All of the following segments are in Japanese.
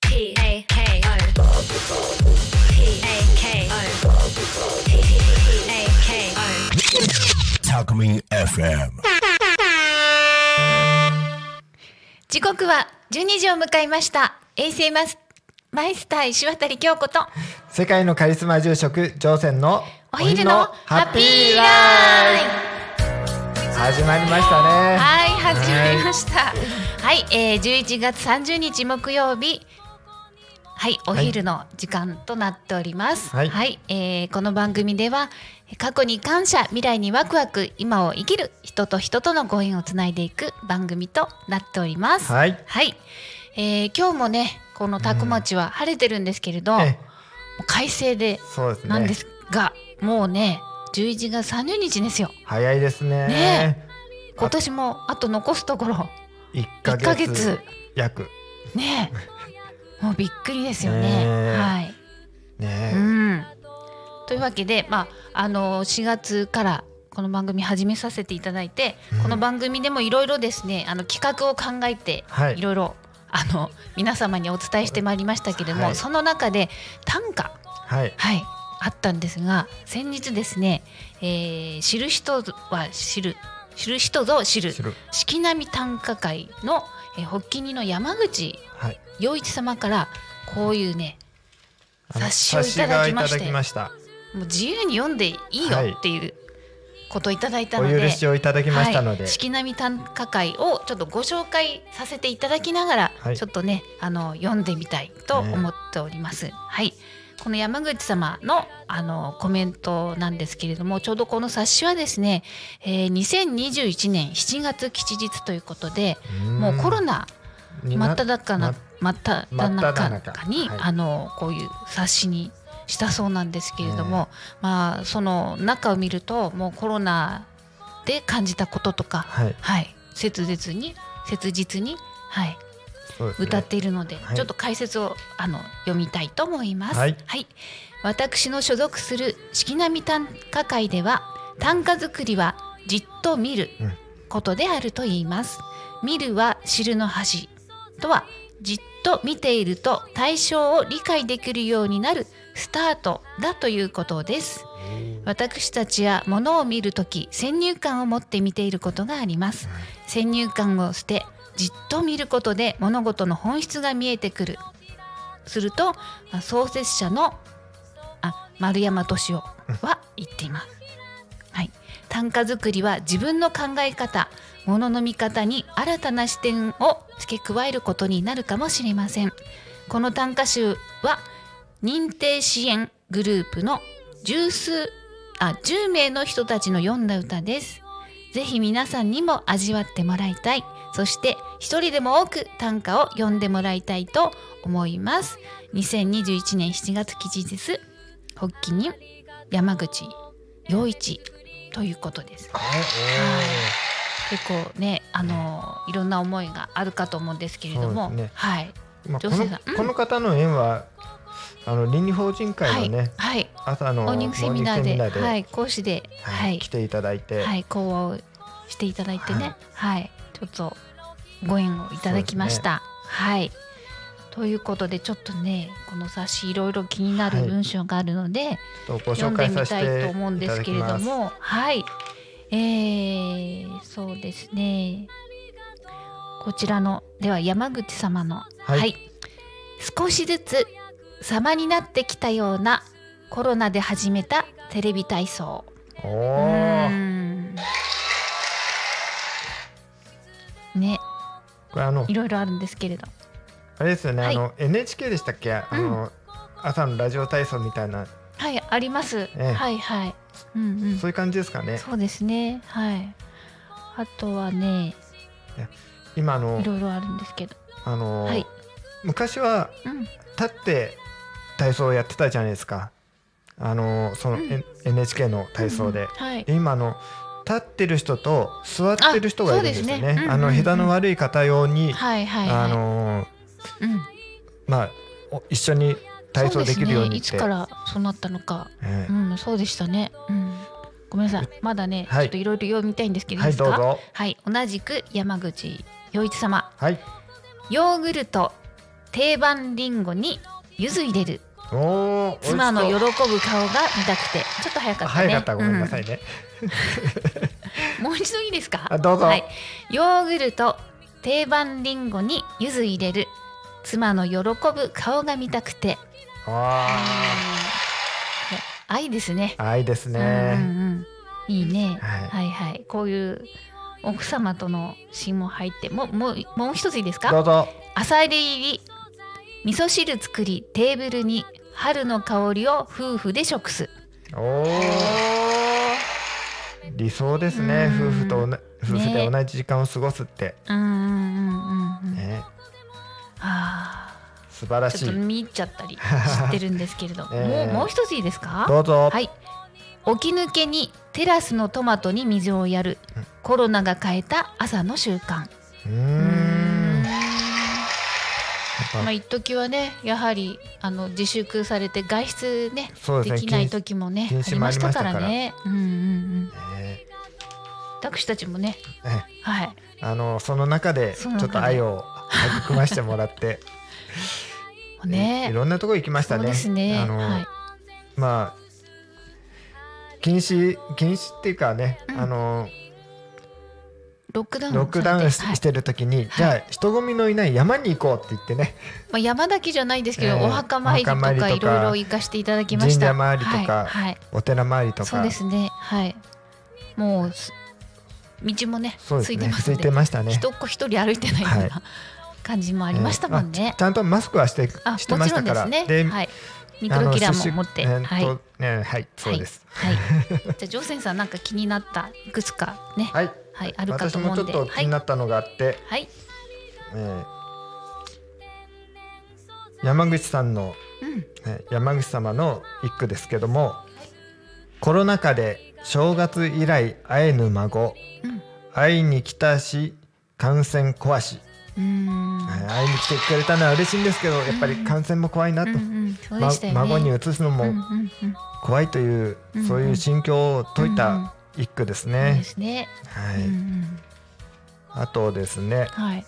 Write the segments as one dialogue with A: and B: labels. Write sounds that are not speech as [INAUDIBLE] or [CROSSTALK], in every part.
A: P A K O. P A K O. P A K O.
B: Talk FM.
C: 時刻は12時を迎えました衛星マスマイスター石渡京子と
D: 世界のカリスマ住職朝鮮の
C: お昼のハッピーライ
D: イ
C: フ
D: フ始まりましたね
C: はい始まりましたはい、えー、11月30日木曜日はいお昼の時間となっておりますは、
D: はいい
C: えーこの番組では過去に感謝未来にワクワク今を生きる人と人とのご縁をつないでいく番組となっております
D: はい
C: はい、えー今日もねこの多古町は晴れてるんですけれど、
D: ええ
C: もう快晴で
D: そうですね
C: なんですが、もうね11月30日ですよ
D: 早いですね
C: ね今年もあと残すところ
D: 一ヶ
C: 1
D: 月
C: ヶ月
D: 約
C: ね
D: [LAUGHS]
C: えもうびっくりですよね
D: ねえ
C: はい、
D: ね、
C: うん、というわけで、まあ、あの4月からこの番組始めさせていただいて、
D: うん
C: この番組でもいろいろですねあの企画を考えて
D: はい
C: いろいろあの皆様にお伝えしてまいりましたけれども、
D: はい
C: その中で短歌
D: はい
C: はい、あったんですが先日ですね、えー知る人は知る知る人ぞ知る
D: する
C: 四季並み短歌会の、えー、発起人の山口
D: はい
C: 陽一様からこういうね
D: あの
C: 冊子をいただきまして
D: 冊子がいただきました
C: もう自由に読んでいいよ
D: はい
C: っていうことをいただいた
D: お
C: ので、
D: 許しをいただきましたので、
C: はい、四季並み短歌会をちょっとご紹介させていただきながら、
D: はい
C: ちょっとねあの読んでみたいと思っております。はいこの山口様のあのコメントなんですけれどもちょうどこの冊子はですね、えー、2021年7月吉日ということでもうコロ
D: ナ
C: ナ真っ只中な真っ只中に、
D: はい
C: あのこういう冊子にしたそうなんですけれども、まあその中を見るともうコロナで感じたこととか、
D: はい
C: はい、切実に切実に、はい、
D: そうですね
C: 歌っているので、
D: はい
C: ちょっと解説をあの読みたいと思います。は
D: はいい、
C: 私の所属する四季並み短歌会では短歌作りはじっと見る
D: うん
C: ことであると言います。見るは知るの端とはじっと見ていると対象を理解できるようになるスタートだということです。私たちは物を見るとき先入観を持って見ていることがあります先入観を捨てじっと見ることで物事の本質が見えてくるするとまあ創設者のあ丸山敏夫は言っています、はい、短歌作りは自分の考え方物の見方に新たな視点を付け加えることになるかもしれませんこの短歌集は認定支援グループの十数あ10名の人たちの読んだ歌ですぜひ皆さんにも味わってもらいたいそして一人でも多く短歌を読んでもらいたいと思います2021年7月吉日発起人山口陽一ということです
D: ね
C: 結構ねあのいろんな思いがあるかと思うんですけれども、
D: そうですね
C: はい
D: えーまあ、
C: 女
D: こ
C: 性
D: の
C: さんうん
D: この方の縁はあの倫理法人
C: は
D: 会
C: い
D: のね、
C: はい
D: 朝の
C: モーニングセミナー
D: モ
C: で
D: ニングセミナーで
C: はい、講師で、
D: は
C: はいい
D: 来、ていただいて、
C: はい、講話をしていただいてね、はい、ちょっとご縁をいただきました。はい。ということで、ちょっとね、この冊子いろいろ気になる
D: はい
C: 文章があるので、
D: ちょっとご
C: 読んで
D: 紹介
C: み
D: させ
C: た
D: てい
C: いと
D: た
C: 思うんで
D: だ
C: す
D: き
C: けれ
D: ま
C: ど
D: す。
C: も、はい、えー、そうですね。こちらのでは山口様の、
D: はい
C: 少しずつ様になってきたようなコロナで始めたテレビ体操。
D: お
C: う
D: お
C: ー
D: ー、
C: んね、
D: これあの
C: いろいろあるんですけれど。
D: あれですよね、
C: はい
D: あの NHK でしたっけ、あの朝のラジオ体操みたいな
C: はい、あります。
D: ええ
C: はいはい。うんうん。
D: そういう感じですかね。
C: そうですね。はい。あとはね、
D: 今あの
C: いろいろあるんですけど。
D: あの、
C: はい。
D: 昔は
C: うん。
D: 立って体操をやってたじゃないですか。あのその、
C: うん
D: え NHK の体操で、
C: はい。
D: で今あの立ってる人と座ってる人がいるんですよね。
C: あ
D: あ
C: そうですねうんう
D: の
C: んうん
D: 下手の悪い方用に、
C: はいはいはい。
D: あの
C: うん。
D: まあお一緒に体操できるようにっ
C: そ
D: て。
C: ですね。いつからそうなったのか。
D: え
C: う
D: え
C: ん、そうでしたね。うん。ごめんなさい。まだね、
D: はい
C: ちょっといろいろ読みたいんですけど、
D: はいい
C: いです
D: どう
C: か。
D: ぞ。
C: はい、同じく山口洋一様。
D: はい
C: ヨーグルト定番リンゴに柚子入れる
D: おおー
C: 妻の
D: 美
C: 喜
D: 味
C: ぶ
D: しそ
C: 顔が見たくてちょっと早か
D: う
C: ったね
D: 早かったごめんなさ
C: う
D: いね、
C: [LAUGHS] もう一度いいですか
D: あどうぞ
C: はい、ヨーグルト定番リンゴに柚子入れる妻の喜ぶ顔が見たくて
D: あ
C: 愛ですね
D: あ愛です
C: うん
D: ね、
C: うんうん、いいね、
D: はい
C: はいはいこういう奥様とのシーンも入ってもうもうもう一ついいです
D: ど
C: か
D: うぞ
C: 浅入り入り味噌汁作りテーブルに春の香りを夫婦で食す
D: おお理想ですね
C: うん
D: 夫婦とおな夫婦
C: ね
D: で同じ時間を過ごすって、
C: うんうんうんうんうん、
D: ね、
C: あ
D: 素晴ら
C: ーち
D: し
C: ょっと
D: い
C: 見入っちゃったりしてるんですけれど、
D: ええ
C: もうもう一ついいですか
D: どうぞ、
C: はい。起き抜けにテラスのトマトに水をやる。コロナが変えた朝の習慣。
D: うーんやっぱ
C: まあ一時はね、やはりあの自粛されて外出ね
D: そう
C: で
D: ですね
C: きない時もね
D: 禁
C: あ
D: 止
C: り
D: も
C: ま
D: あ
C: し
D: り
C: た
D: まし
C: か
D: たからら
C: ね。うんうんうん。
D: ね
C: 私たちもね、
D: え
C: はい。
D: あのその中でち
C: そ
D: ょ
C: の中
D: っ
C: で
D: と愛を育ましてもらって、
C: [LAUGHS]
D: い
C: ね。
D: ろんなとこ行きました
C: そう
D: ね。
C: ですね。
D: あの、
C: はい。
D: まあ禁止禁止っていうかね、
C: うん
D: あの
C: ロックダウンされ
D: ロッ
C: て
D: クダウンし,、
C: はい
D: てる時に、じゃあ人混みのいない山に行こうって言ってね、
C: まあ山だけじゃないですけど、
D: ええ
C: お墓参りと
D: お墓
C: か
D: 参
C: い
D: りと
C: ろ
D: か
C: いろ行かせていただきました。
D: 神社回りとか
C: はいはい
D: お寺周りとか、
C: そうですねはいもうす道もね
D: そうで
C: 空
D: す
C: い
D: ね
C: てます
D: 空
C: ん
D: い
C: で
D: てましたね。
C: 人っ子一人歩いてないよう
D: はい
C: な感じもありましたもん
D: えーあ
C: ね
D: ち、ゃんとマスクはして
C: あ
D: して
C: も
D: ま
C: ち
D: し
C: ろ
D: た
C: んで
D: から
C: すねはいミク
D: あ
C: ロ
D: の
C: キラー
D: 出
C: も
D: 身
C: 持って
D: えーと
C: はい、はい
D: ねはいそうです。 [LAUGHS]
C: じゃあジョーセンさんなんか気になったいくつかねはい、
D: はい、
C: あるか
D: 私
C: と思
D: も
C: う
D: ちょ
C: ん
D: っ
C: で
D: と気になったのがあって、
C: はい、
D: えー山口さん
C: は
D: の
C: い、うん
D: ね山口様の一句ですけどもコロナ禍で正月以来会えぬ孫
C: うん
D: 会いに来たし感染壊し
C: うーん
D: ね会いに来てくれたのは嬉しいんですけどやっぱり感染も怖いなと、
C: うんうんそうで
D: ま
C: したよね、
D: 孫に移すの
C: うんうん
D: も
C: うんそう
D: 怖いという、
C: うん
D: そういう心境を説いた一句です
C: で
D: ね、
C: すね、
D: は
C: う
D: い、
C: んうん
D: あとですね、
C: はい、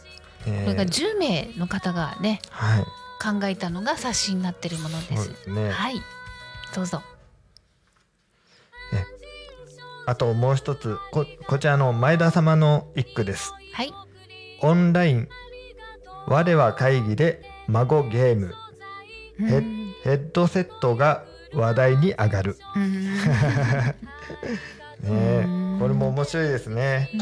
D: え
C: こ
D: ー
C: れが10名の方がね
D: はい
C: 考えたのが冊子になってるもので
D: そう
C: す。
D: ですね、
C: はい、どうぞ。
D: あともう一つここちらの前田様の一句です
C: はい、
D: オンライン我は会議で孫ゲーム
C: う
D: [LAUGHS]
C: ん
D: ヘッヘッドセットが話題に上がる、
C: うん
D: ねえ
C: うん
D: これも面白いですね、うん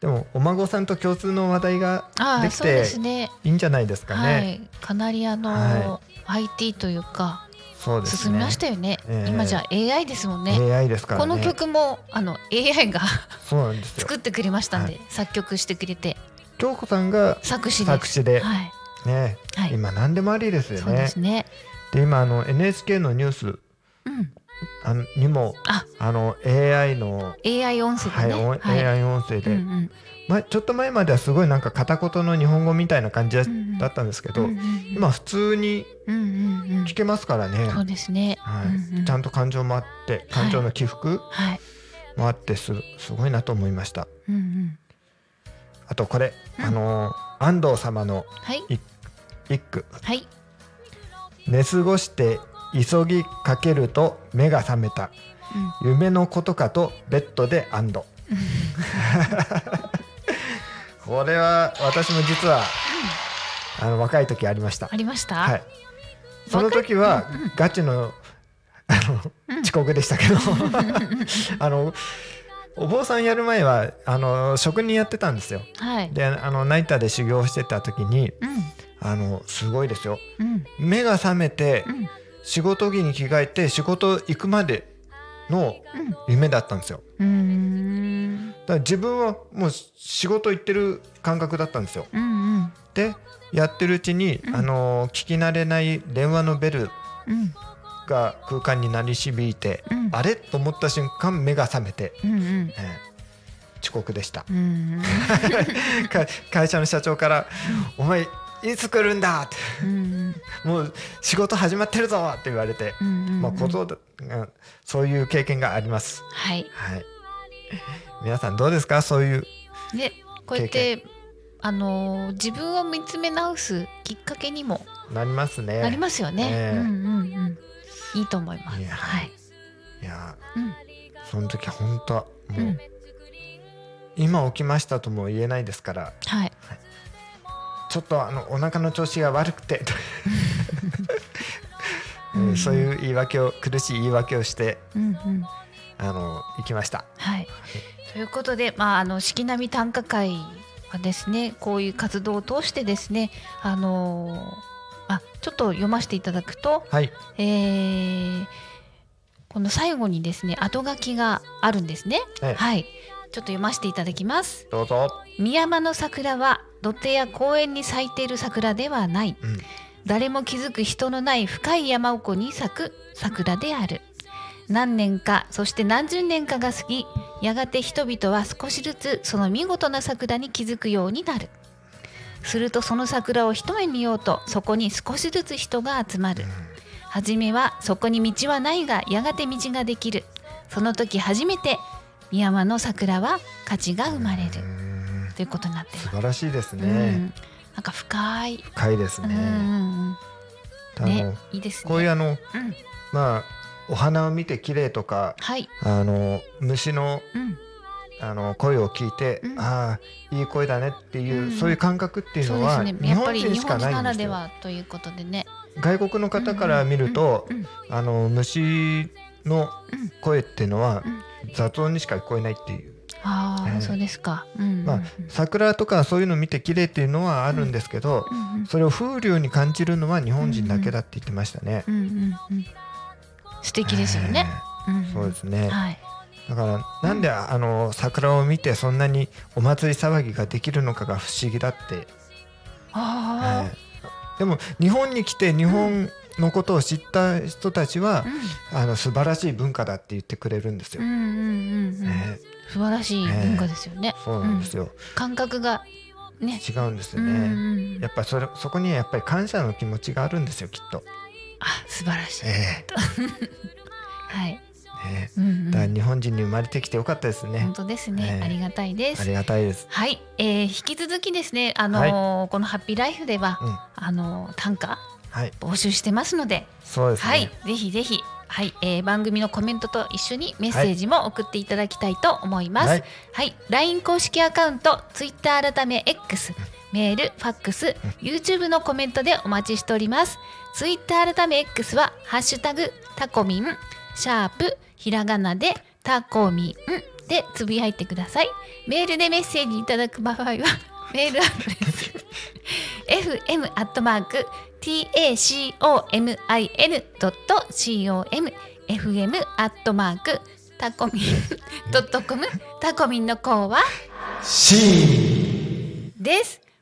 D: でもお孫さんと共通の話題が
C: あ
D: で
C: あ、
D: き
C: そうで
D: て
C: すね。
D: いいんじゃないですかね、
C: はい、かなりあの
D: は
C: IT というか
D: そうですね
C: 進みましたよね
D: え。え
C: 今じゃ AI ですもんね。
D: AI ですから
C: こ
D: ね
C: の曲もあの AI が [LAUGHS]
D: そうなんですよ
C: 作ってくれましたんで、作曲してくれて
D: 京子さんが
C: 作詞です。
D: 作詞で
C: はい、
D: ね、
C: はい、
D: 今何でもありですよ
C: そうで
D: ね
C: すね。
D: で今あの NHK のニュース
C: うん、
D: あのにも
C: あ、
D: あの AI の、
C: AI 音声
D: はい
C: でね。
D: お AI 音声
C: う
D: で、
C: んうん
D: ま、ちょっと前まではすごいなんか片言の日本語みたいな感じだ,、
C: うんうん
D: ったんですけど、
C: うんうんうん
D: 今普通に
C: うんうんうん
D: 聞けますからね、
C: そうですね。
D: はい
C: うんうん
D: ちゃんと感情もあって感情の起伏
C: はい。
D: もあってすすごいなと思いました
C: うんうん。
D: あとこれ、
C: うん
D: あの安藤様の
C: はい。
D: 一句
C: はい。
D: 「寝過ごして急ぎかけると目が覚めた
C: うん
D: 夢のことかとベッドで
C: [LAUGHS]
D: 安堵」 [LAUGHS] これは私も実は、あの若い時ありました
C: ありました。
D: はい。その時はガチのあの遅刻でしたけど、 [LAUGHS] あのお坊さんやる前はあの職人やってたんですよ。
C: はい。
D: で、あのナイターで修行してた時に、
C: う
D: あのすごいですよ。
C: ん。うん。
D: 目が覚めて
C: うん。
D: 仕事着に着替えて仕事行くまでの夢だったんですよ。
C: うん。うん。
D: だから自分はもう仕事行ってる感覚だったんですよ。
C: うん。
D: で、やってるうちに、あの聞き慣れない電話のベル
C: うん。
D: が空間に鳴り響いて、
C: うん
D: あれと思った瞬間目が覚めて、
C: うん。うん。
D: えー遅刻でした
C: うん。
D: か会社の社長から「お前いつ来るんだ!」って
C: うん。
D: 「もう仕事始まってるぞ!」って言われて、
C: うん。
D: まあ、ことだうんそういう経験があります。
C: はい。
D: はい皆さんどうですかそういう
C: で、こうやって。あのー自分を見つめ直すきっかけにも
D: なりますね
C: なりますよね。
D: ええ
C: うんうんうん。いいと思います。
D: いや
C: はい。
D: いや
C: うん
D: その時本当も
C: う
D: う、
C: ん
D: 今起きましたとも言えないですから
C: はい。
D: ちょっとあのお腹の調子が悪くてえーそういう言い訳を苦しい言い訳をして
C: うんうん。
D: あの行きました
C: はい。ということで、まああの四季並み短歌会はですね、こういう活動を通してですね、あのーあちょっと読ませていただくと、
D: はい
C: えーこの最後にですね後書きがあるんですね。
D: ええ
C: はい。ちょっと読ませていただきます。
D: どうぞ、
C: 宮山の桜は土手や公園に咲いている桜ではない
D: うん、
C: 誰も気づく人のない深い山奥に咲く桜である何年かそして何十年かが過ぎやがて人々は少しずつその見事な桜に気づくようになるするとその桜を一目見ようとそこに少しずつ人が集まる初めはそこに道はないがやがて道ができるその時初めて美山の桜は価値が生まれる
D: うーん
C: ということになってます
D: 素晴らしいですね、
C: うん、なんか深い、
D: 深いです
C: うんう
D: ね、
C: んうん、
D: あ
C: ね
D: の
C: いいですね
D: こういうあの
C: うん、
D: まあお花を見て綺麗とか
C: はい、
D: あの虫の
C: うん、
D: あの声を聞いて、
C: うん
D: ああいい声だねっていう、
C: うん
D: そういう感覚っていう
C: そう
D: の
C: です
D: は
C: ね
D: 日
C: やっぱ
D: 本
C: り
D: 人
C: 日
D: しか
C: 本
D: な
C: ないら
D: んです
C: で
D: よ
C: はということでね
D: 外国の方から見ると、
C: うんうん
D: あの虫の
C: うん
D: 声っていうのは
C: うん
D: 雑音にしか聞こえないっていう、
C: ああ、
D: ええ
C: そうですか、うんうん
D: まあ桜とかそういうの見て綺麗っていうのはあるんですけど、
C: うんうん
D: それを風流に感じるのは日本人だけだって言ってましたね。
C: うんうんうん、素敵ですよね、うん
D: えー。そうですね。
C: はい、
D: だからなんであの桜を見てそんなにお祭り騒ぎができるのかが不思議だって
C: あ
D: はいでも日本に来て日本のことを知った人たちは
C: あ、、
D: あの素晴らしい文化だって言ってくれるんです
C: う
D: よ。
C: ん、うんうんうんうん、
D: ね
C: 素晴らしい文化ですよね、
D: そうなんですよ、
C: 感覚がね
D: 違うんですよ
C: うん
D: ね。
C: うんうん
D: やっぱそれそこにはやっぱり感謝の気持ちがあるんですよきっと。
C: あ素晴らしい、
D: え
C: はい、
D: えね
C: うんうん
D: だから日本人に生まれてきてよかったですね
C: 本。当ですね、
D: ええ
C: ありがたいです
D: ありがたいです。
C: はい、えー、引き続きですね、あのーこのハッピーライフでは、
D: うん
C: あのー短歌
D: はい、
C: 募集してますので、
D: そうですね。
C: はい、ぜひぜひ、はい、えー番組のコメントと一緒にメッセージも送っていただきたいと思います。は
D: はいい、
C: LINE 公式アカウント、Twitter 改め X、メール、ファックス、YouTube のコメントでお待ちしております。Twitter 改め X はハッシュタグタコミン、シャープひらがなでタコミンでつぶやいてください。メールでメッセージいただく場合はメールアドレス fm アットマーク tacomin.com fm アットマークタコミン .com タコミンの項はです。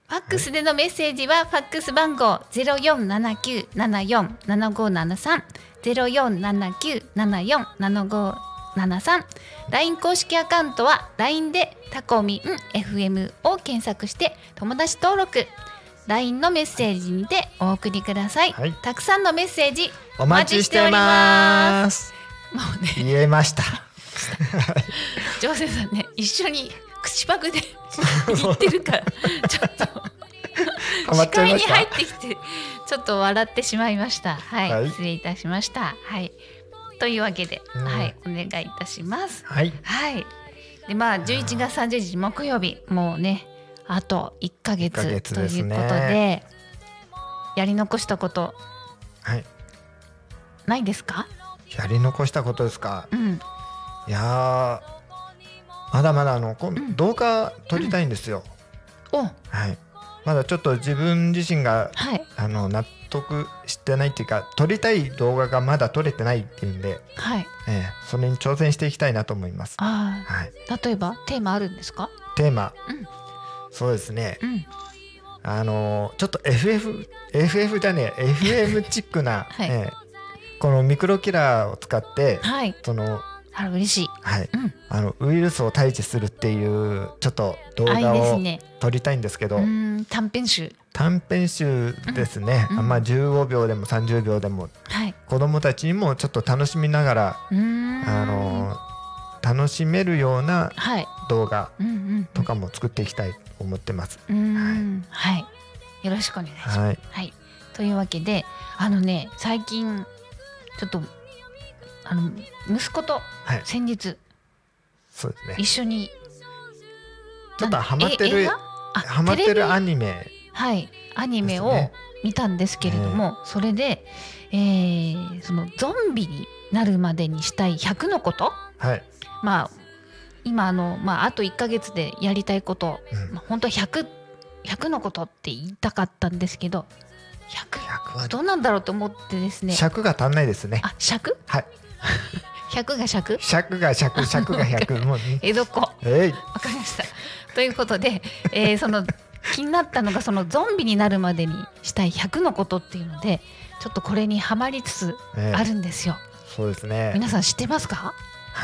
C: ファックスでのメッセージはファックス番号ゼロ四七九七四七五七三ゼロ四七九七四七五七三。LINE 公式アカウントは LINE でタコミン FM を検索して友達登録。LINE のメッセージにてお送りください。
D: はい
C: たくさんのメッセージ
D: お待ちしてます。
C: お待ちしております。もうね、
D: 言えました。
C: ジョセさんね一緒に口パクで [LAUGHS] 言ってる
D: [LAUGHS]
C: からちょっと。
D: ハマっ
C: [LAUGHS] 視
D: ちゃ
C: 界
D: いま
C: に
D: し
C: 入
D: た
C: っ。てきてちょっと笑ってしまいましたはい、
D: はい
C: 失礼いたしましたはいというわけで、
D: うん
C: はいお願いいたします
D: はい。
C: はいでまあ11月30日木曜日もうねあと1ヶ月
D: 一ヶ月
C: と
D: で
C: い
D: す
C: うこ
D: ね
C: とでやり残したこと
D: はい。
C: ないですか
D: やり残したことですか。
C: うん
D: いやーまだまだあのこ
C: ん
D: 動画撮りたいんですよ、
C: おは
D: はいまだちょっと自分自身が
C: い
D: あの納得してないっていうか撮りたい動画がまだ撮れてないっていうんで、
C: はい
D: ええそれに挑戦していきたいなと思います、
C: あ
D: はい、
C: あ例えばテーマあるんですか
D: テーマ、
C: うん
D: そうですね
C: うん
D: あのーちょっと FF FF じゃねえ FM チックな、
C: [LAUGHS] はい
D: ええこのミクロキラーを使って
C: はい
D: その
C: あら嬉しい
D: はい、
C: うん
D: あのウイルスを退治するっていうちょっと動
C: あいい
D: 画
C: です
D: を
C: ね
D: 撮りたいんですけど、
C: うん短編集
D: 短編集ですね、
C: うんうん
D: まあ15秒でも30秒でも
C: はい
D: 子どもたちにもちょっと楽しみながら、
C: うーん
D: あのー楽しめるような
C: はい。
D: 動画
C: うんうん
D: とかも作っていきたいと思ってます。
C: うん。うんはい。よろしくお願いします。
D: はい、
C: はい、というわけであのね最近ちょっとあの息子と
D: はい
C: 先日
D: そうですね
C: 一。緒に、
D: ちょっとハマって
C: え映
D: る
C: 画あ
D: ハマって
C: テレビ
D: るアニメ
C: はいアニメを
D: ですね
C: 見たんですけれども、それで、えーそのゾンビになるまでにしたい100のこと
D: はい、
C: まあ今あの、まあ、あと1ヶ月でやりたいこと、
D: うん、
C: まあ、本当は 100, 100のことって言いたかったんですけど100
D: 100は
C: どうなんだろうと思ってですね
D: 尺が足んないですね。
C: あ尺
D: はい、
C: 100が尺
D: 尺が尺
C: [LAUGHS]
D: 尺が100もうね
C: 江戸っ子わ
D: えい
C: かりました。ということで、えーその気になったのがそのゾンビになるまでにしたい100のことっていうのでちょっとこれにはまりつつ
D: ええ
C: あるんですよ。
D: そうですね。
C: 皆さん知ってますか
D: は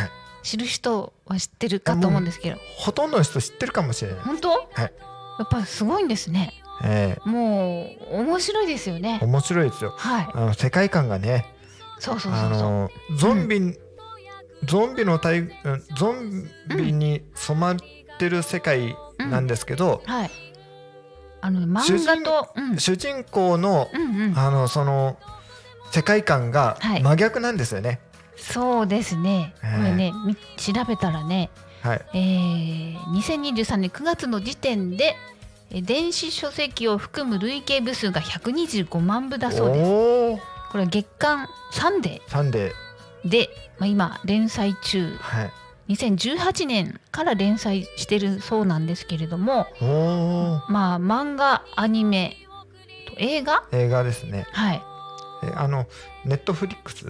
D: い、
C: 知る人は知ってるかと思うんですけど
D: ほとんどの人知ってるかもしれない。
C: 本当、やっぱりすごいんですね。
D: え
C: もう面白いですよ
D: え
C: ね。
D: 面白いですよ。
C: はい
D: あの世界観がね、
C: そうそうそ
D: あ
C: うそう。
D: のゾンビ、ゾンビの対うんゾンビに染まってる世界なんですけど、
C: はいあの
D: 主
C: 漫
D: 人
C: 画と、うん、
D: 主人公の、
C: うんうん
D: あのその世界観が
C: はい
D: 真逆なんですよね。
C: そうですね。こ
D: ええ
C: れね、み調べたらね、
D: はい、
C: えー、2023年9月の時点でえー電子書籍を含む累計部数が125万部だそうです
D: おお、
C: これは月刊サンデ
D: サンデー、
C: ーで、まあ、今連載中
D: はい、
C: 2018年から連載してるそうなんですけれども
D: おお、
C: まあ漫画アニメと映画
D: 映画ですね。
C: はい
D: えあのネットフリックス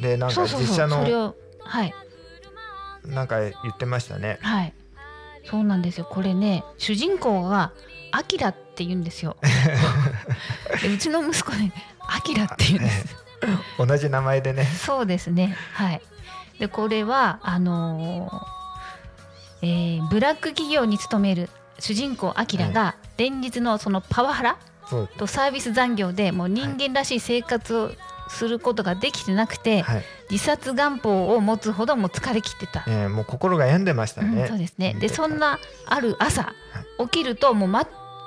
D: でなんか
C: そうそう
D: 実
C: そ
D: 写
C: うそれ
D: の
C: をはい
D: なんか言ってましたね。
C: はいそうなんですよこれね主人公がアキラって言うんです
D: [LAUGHS]
C: よでうちの息子ねアキラって言うんです
D: 同じ名前でね。
C: そうですね。はい。でこれはあのーえーブラック企業に勤める主人公アキラが連日のそのパワハラ
D: そう、
C: とサービス残業でもう人間らしい生活をすることができてなくて、
D: はい、
C: 自殺願望を持つほどもう疲れ切ってた。
D: えーもう心が病んでました
C: う
D: ね。
C: ん、そうですね。
D: 見
C: で
D: てた
C: そんなある朝起きるともうま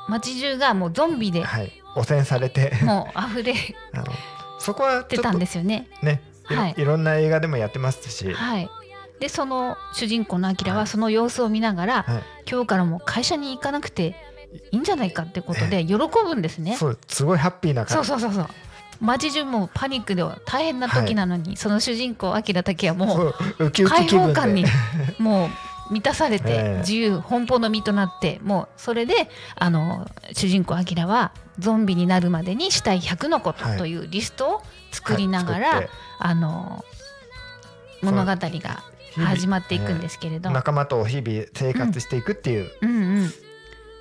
C: 街中がもうゾンビで
D: はい、汚染されて、
C: もう溢れ
D: あのそこは
C: て
D: ちょ
C: た
D: っ
C: ん
D: と
C: ですよね。
D: ね、いろ,、
C: はい
D: い、ろんな映画でもやってますし、は
C: はい。でその主人公のアキラ
D: は
C: はいその様子を見ながら、
D: い、
C: 今日からもう会社に行かなくていいんじゃないかってことで喜ぶんですね。
D: そうすごいハッピーな
C: そ
D: 感
C: う
D: じ。
C: そうそうそう。街中もうパニックでは大変な時なのに、その主人公アキラだけはもう
D: そうウキウキ
C: 開
D: 気分
C: 放
D: で
C: 感にもう満たされ
D: え
C: て
D: え
C: 自由奔放の身となってもうそれであの主人公アキラはゾンビになるまでにしたい100のこと
D: はい
C: というリストを作りながら、
D: はい作っ
C: あの
D: そう
C: 物語が
D: 日々
C: 始まっていくんですけれど、
D: 仲間と日々生活していくっていう
C: うんうん、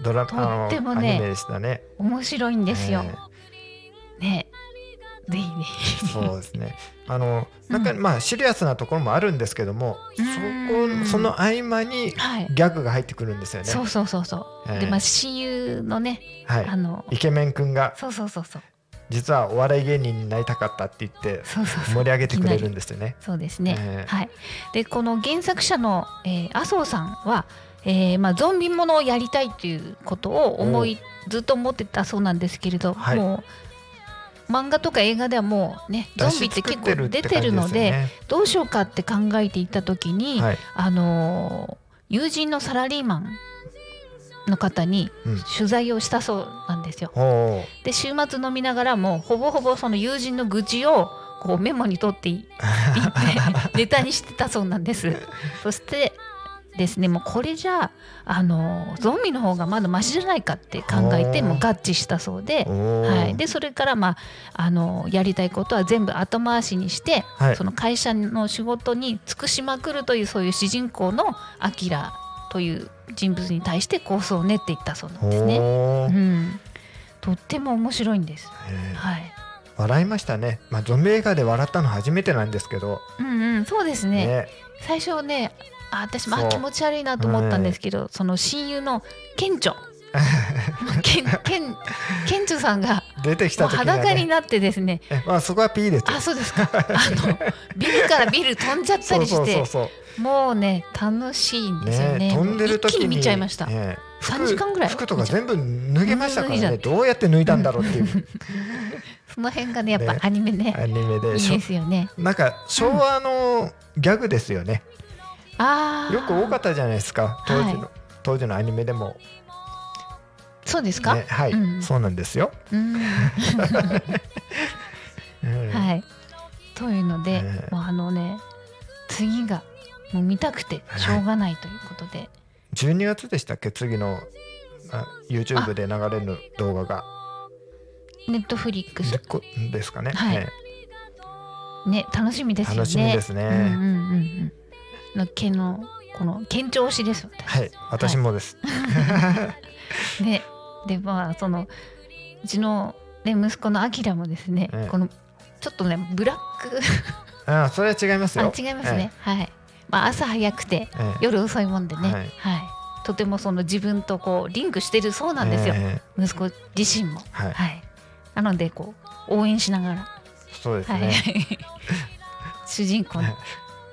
D: ドラ、
C: とっても
D: あの
C: ね
D: アニメでしたね。
C: 面白いんですよ。
D: えー
C: ねぜひね
D: そうですね。あのなんか、
C: う
D: まあシリアスなところもあるんですけども、
C: うん
D: そこその合間に
C: はい
D: ギャグが入ってくるんですよね。
C: そうそうそうそう、
D: ええ
C: でまあ親友のね、
D: はい
C: あ。の
D: イケメンくんが
C: そうそうそうそう
D: 実はお笑い芸人になりたかったって言って
C: そうそうそ
D: 盛
C: う
D: り上げてくれるんですよね。
C: そうですね、
D: ええ
C: はいでこの原作者の、えー麻生さんは、えーまあ、ゾンビものをやりたいということを思いずっと思ってたそうなんですけれど、
D: はい
C: もう漫画とか映画ではもうねゾンビって結構出てるのでどうしようかって考えていた時に、
D: はい
C: あのー友人のサラリーマンの方に
D: うん
C: 取材をしたそうなんですよ。
D: お
C: で週末飲みながらもほぼほぼその友人の愚痴をこうメモに取って
D: [LAUGHS]
C: い言ってネタにしてたそうなんです。そしてですねもうこれじゃあ、あのーゾンビの方がまだマシじゃないかって考えて
D: おー
C: もう合致したそうで
D: お、おー
C: はい、でそれから、まああのーやりたいことは全部後回しにして、
D: はい
C: その会社の仕事に尽くしまくるというそういう主人公のアキラという人物に対して構想を練っていったそうなんですね。
D: お
C: う
D: ー
C: ん、とっても面白いんです。
D: えー
C: はい。
D: 笑いましたね。まあゾンビ映画で笑ったの初めてなんですけど、
C: うんうん、そうですね。
D: ね、
C: 最初ね、あ私もあ
D: そう [LAUGHS]
C: 気持ち悪いなと思ったんですけど、その親友のケンチョけんけんけんちょさんが
D: 出てき
C: も
D: た
C: う
D: 時には、ね、
C: 裸になってですね
D: えまあそこは P ですよ
C: あそうですかあのビルからビル飛んじゃった
D: そう
C: り
D: そ
C: し
D: う
C: て
D: そうそ
C: もうね楽しいん
D: う
C: ですよね
D: ね飛んでる
C: 一
D: 時
C: 気
D: に
C: に見ちゃいました、
D: ね服
C: 3時間ぐらい
D: 服とか全部脱げましたから
C: 脱いじゃ
D: ね
C: っ
D: どうやって脱いだんだろうっ
C: [LAUGHS]
D: ていう
C: その辺がねやっぱ
D: ね
C: アニメね
D: アニメで
C: いい
D: しょ
C: ですよね
D: なんか昭和のギャグですよね、
C: ああ
D: よく多かったじゃないですか当時の、
C: は
D: 当時のアニメでも、
C: そうですか、
D: ね、はい、
C: うん
D: そうなんですよ、
C: うん
D: うん
C: はいというので、
D: ね
C: もうあのね次がもう見たくてしょうがないということで、
D: 12月でしたっけ次のあ YouTube で流れる動画が
C: ネットフリックス
D: でこですかね、
C: はい
D: ね
C: ね楽しみですよね
D: 楽しみですね
C: うんうんうんうんの毛のこの県庁推しです私
D: はい私もです、
C: ででまあそのうちの、ね、息子のアキラもですね、
D: ええ
C: このちょっとねブラック
D: あそれは違います
C: あ
D: よ
C: 違いますね、はい、まあ、朝早くて
D: ええええ
C: 夜遅いもんでね、
D: は
C: はいいとてもその自分とこうリンクしてるそうなんですよ、
D: ええ
C: 息子自身も、
D: はい
C: はい、なのでこう応援しながら、
D: そうです
C: はい
D: ね、
C: [LAUGHS] 主人公に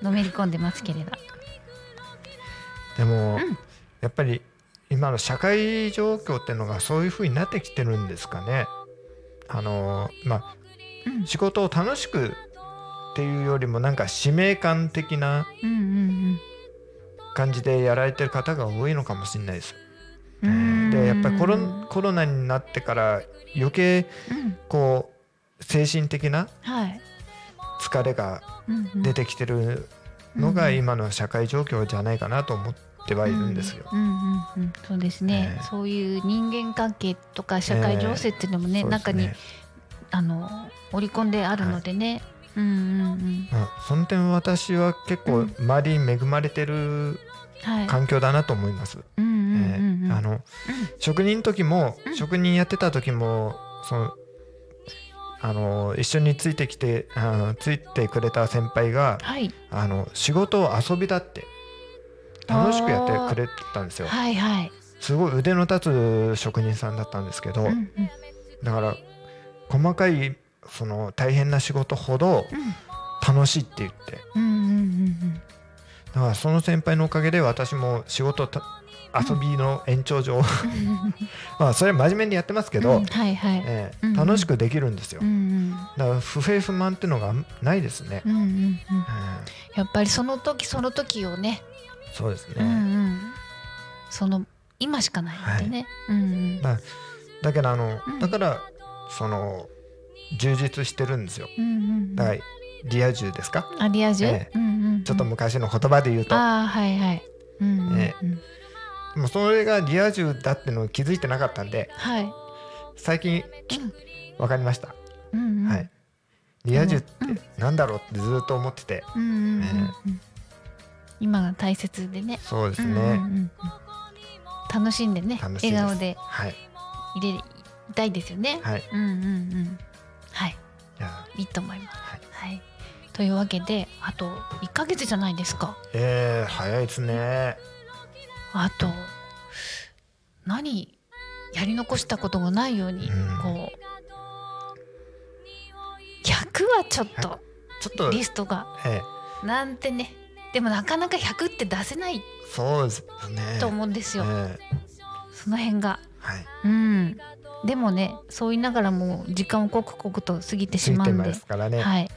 C: のめり込んでますけれど
D: でも、
C: うん
D: やっぱり今の社会状況ってのがそういう風になってきてるんですかねあのまあ、
C: うん
D: 仕事を楽しくっていうよりもなんか使命感的な
C: うんうん
D: 感じでやられてる方が多いのかもしれないです。
C: うんうん
D: でやっぱりコロ
C: うん
D: コロナになってから余計こう精神的な
C: はい、
D: 疲れが
C: うんうん
D: 出てきてるのが
C: うん
D: 今の社会状況じゃないかなと思ってはいるんですよ。
C: うんうんうんうん、そうですね、
D: ええ
C: そういう人間関係とか社会情勢っていうのもね、
D: そうです
C: 中にあの織り込んであるのでね、うんうんうん
D: まあ、その点私は結構周りに恵まれてる
C: はい
D: 環境だなと思います。
C: うんうん
D: え
C: うんう
D: ー
C: ん
D: あの職人の時も、
C: うん
D: 職人やってた時もそのあの一緒についてきてあのついてくれた先輩が
C: はい
D: あの仕事を遊びだって楽しくやってくれてたんですよ。
C: はいはい
D: すごい腕の立つ職人さんだったんですけど、
C: うんうん
D: だから細かいその大変な仕事ほど
C: うん
D: 楽しいって言って
C: うんうん
D: だからその先輩のおかげで私も仕事た遊びの延長上、 [LAUGHS] まあそれは真面目にやってますけ
C: け
D: ど、
C: はいはい、
D: ええ
C: うんうん
D: 楽しくできるんですよ、
C: うん
D: だから不平不満っていうのがないですね、
C: うんうんうんうん
D: え
C: やっぱりその時その時をね、
D: えそうですね、
C: うんうん、その今しかないのでね、うんうん
D: だだけどあの、
C: うん
D: だからその充実してるんですよ
C: うんうん
D: だからリア充ですか、
C: アリア充、
D: え
C: うんうんうん
D: ちょっと昔の言葉で言うと、
C: ああはいはい。うんうんうん
D: ねもうそれがリア充だってのを気づいてなかったんで
C: はい。
D: 最
C: う
D: 近
C: ん
D: 分かりました、
C: うんうん
D: はい。リア充って
C: うん
D: なんだろうってずっと思ってて
C: うんうんうんうん今が大切でね。
D: そうです
C: う
D: ね、
C: んうんうんうん楽しんでね、
D: 楽しい
C: 笑
D: で
C: 顔で
D: すはい
C: 入れたいですよね。
D: はい
C: うんうんうん。はい、
D: いや
C: いいと思います。
D: はい
C: はい。というわけで、あと一ヶ月じゃないですか。
D: えー、早いですね
C: あと何やり残したことがないように、
D: うん
C: こう100はちょっと
D: ちょっと、
C: リストが。
D: えー
C: なんてねでもなかなか100って出せない
D: そうですね
C: と思うんですよ、
D: えー
C: その辺が
D: はい
C: うんでもねそう言いながらもう時間を刻々と過ぎて
D: つ
C: し
D: い
C: まう
D: て
C: ん
D: ま
C: です
D: からね、はい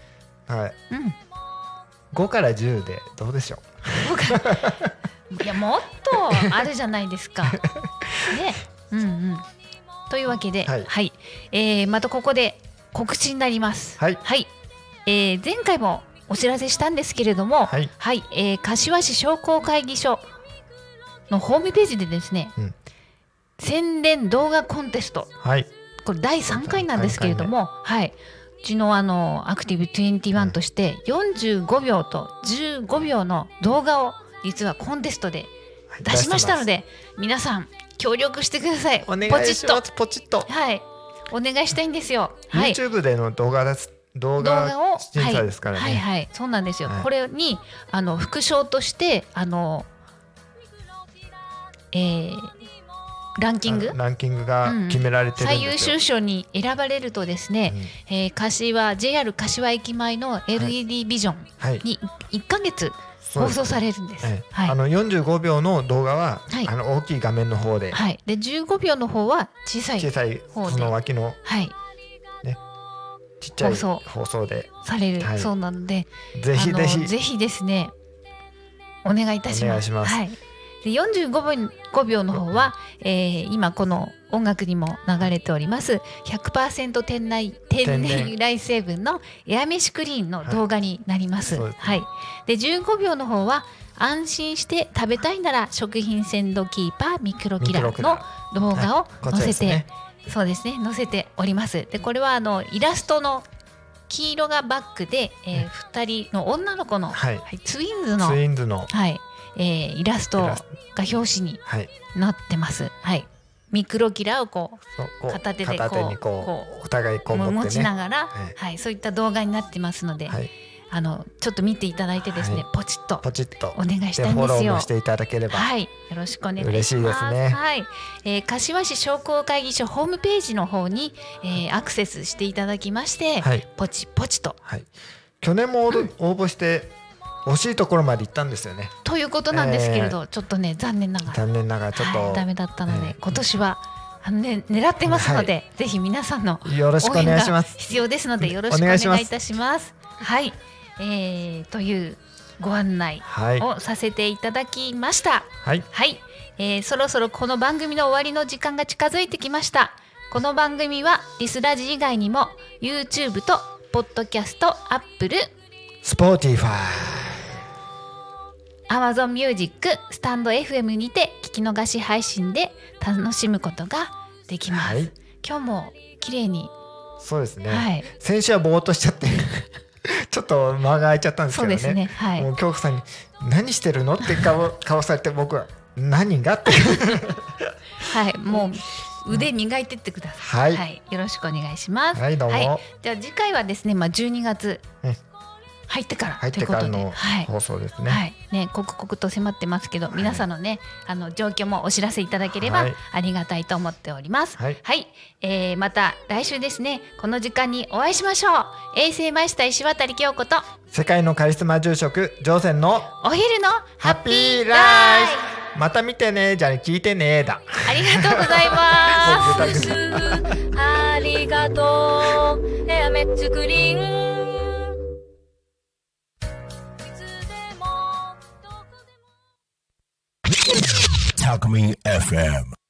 C: はい、うん
D: 5から10でどうでしょ
C: 僕がいやもっとあるじゃないです
D: [LAUGHS]
C: かねうんうんというわけで
D: は
C: はいい、えーまたここで告知になります
D: はい
C: えー前回もお知らせしたんですけれども、
D: うはい
C: はい、えー柏市商工会議所のホームページでですね、
D: うん
C: 宣伝動画コンテスト
D: はい
C: これ第3回なんですけれども、はいうちのあのアクティブ21として45秒と15秒の動画を実はコンテストで
D: はい
C: 出しましたの
D: 出して
C: で皆さん協力してください
D: ますお
C: ポ
D: 願い
C: チ
D: し
C: ッ
D: ま
C: と
D: すポチッと
C: はいお願いしたいんですよはい
D: YouTube での動画です動
C: 動
D: 画
C: 画を
D: 審査ですからね、
C: はいはいはいそうなんですよ、
D: はい
C: これにあの副賞としてあのえーランキング
D: あランキングが決められてるん
C: 最
D: で
C: 優
D: すよ、
C: 秀賞に選ばれるとですね、えー柏 JR 柏駅前の LED ビジョン
D: はい
C: に1ヶ月
D: そう
C: 放
D: です
C: 送されるんです。
D: ええ
C: はい
D: あの45秒の動画は、
C: はい
D: あの大きい画面の方で、
C: はい、で15秒の方は小さい
D: 小さい
C: 方で
D: その脇の
C: はい、
D: ちっちゃい
C: 放送
D: 放送で
C: される、
D: はい
C: そうなので
D: ぜひ
C: あの
D: ぜひ
C: ぜひですねお願いいたします。
D: お願いします
C: はいで45分5秒の方は、えー今この音楽にも流れております100%天然天
D: 天然
C: 然由来成分のエアメシクリーンの動画になります。
D: はいそう
C: はい
D: ですね
C: で15秒の方は安心して食べたいなら食品鮮度キーパーミクロキラ
D: ミクロキ
C: の
D: ラ
C: 動画を
D: こちら
C: 載
D: で
C: せ
D: す
C: て、
D: ね
C: そうですね載せております。でこれはあのイラストの黄色がバックで、えー、2人の女の子の、
D: はい
C: はいツインズの、
D: ツインズの
C: はいえーイラスト
D: イ
C: が
D: ラス
C: 表紙に
D: はい
C: なってます。はい、ミクロキラをこ
D: そうこう
C: 片手でこう
D: 片手にこう
C: こ
D: お互いこ
C: う
D: う持
C: 持
D: って
C: ちな
D: ね
C: がら、
D: はい
C: はい、そういった動画になってますので、
D: はい
C: あのちょっと見ていただいてですね、
D: はい
C: ポチッと
D: ポチッと
C: お願いした
D: で
C: いん
D: フォ
C: で
D: ロ
C: す
D: ー
C: よ
D: もし。ていただければ
C: はい、よろしくお願いします。
D: 嬉しいですね
C: はい、えー柏市商工会議所ホームページの方に、えーアクセスしていただきまして、
D: はい
C: ポチポチと
D: はい去年も応募応募して惜しいところまで行ったんですよね
C: ということなんですけれど、ちょっとね残念ながら
D: 残念ながらちょっ
C: はい、ダメ
D: と
C: だったので、
D: ええ
C: 今年はあのね狙ってますので、ぜひ皆さんの
D: よろしくお
C: 応援
D: 願いし
C: が
D: ます
C: 必要ですのでよろしくお
D: お
C: 願い
D: 願
C: い
D: いします
C: たします。はい、えー、というご案内
D: はい
C: をさせていただきました。
D: はい
C: はい、えーそろそろこの番組の終わりの時間が近づいてきましたこの番組はリスラジ以外にも YouTube とポッドキャスト Apple
D: スポーティファ
C: Amazon Music スタンド FM にて聞き逃し配信で楽しむことができ
D: イ
C: ます、
D: はい
C: 今日も綺麗に、
D: そうですね、
C: はい
D: 先週はぼーっとしちゃって [LAUGHS] ちょっと間が空いちゃったんです
C: そ
D: け
C: う
D: ど
C: で
D: ね
C: すねはい
D: もう京子さんに「何してるの?」って顔 [LAUGHS] 顔されて僕は「何
C: [LAUGHS]
D: が?」って
C: はいもう腕磨いてってください、
D: はい
C: よろしくお願いします
D: はいどうも
C: じゃあ次回はですねまあ12月
D: うん
C: 入ってから
D: 入っ
C: という
D: て
C: こ
D: か
C: と
D: ら
C: で、
D: の
C: はい
D: 放送ですね。
C: はい、ね、刻々と迫ってますけど、
D: い
C: 皆さんのね、あの状況もお知らせいただければ
D: はい
C: ありがたいと思っております。
D: はい
C: えーまた来週ですね、この時間にお会いしましょう。衛星マイスター石渡京子と、
D: 世界のカリスマ住職上仙の
C: お昼の
D: ハ
C: ハ
D: ッ
C: ッ
D: ピ
C: ピ
D: ー
C: ー
D: ラ
C: ラ
D: イ
C: イ
D: フまた見てねじゃあ聞いてねだ。
C: フ。ありがとうございます。
D: もうぐたぐた [LAUGHS]
A: ありがとうエアメッツグリーンいつでもどこでも
B: Talk Me FM.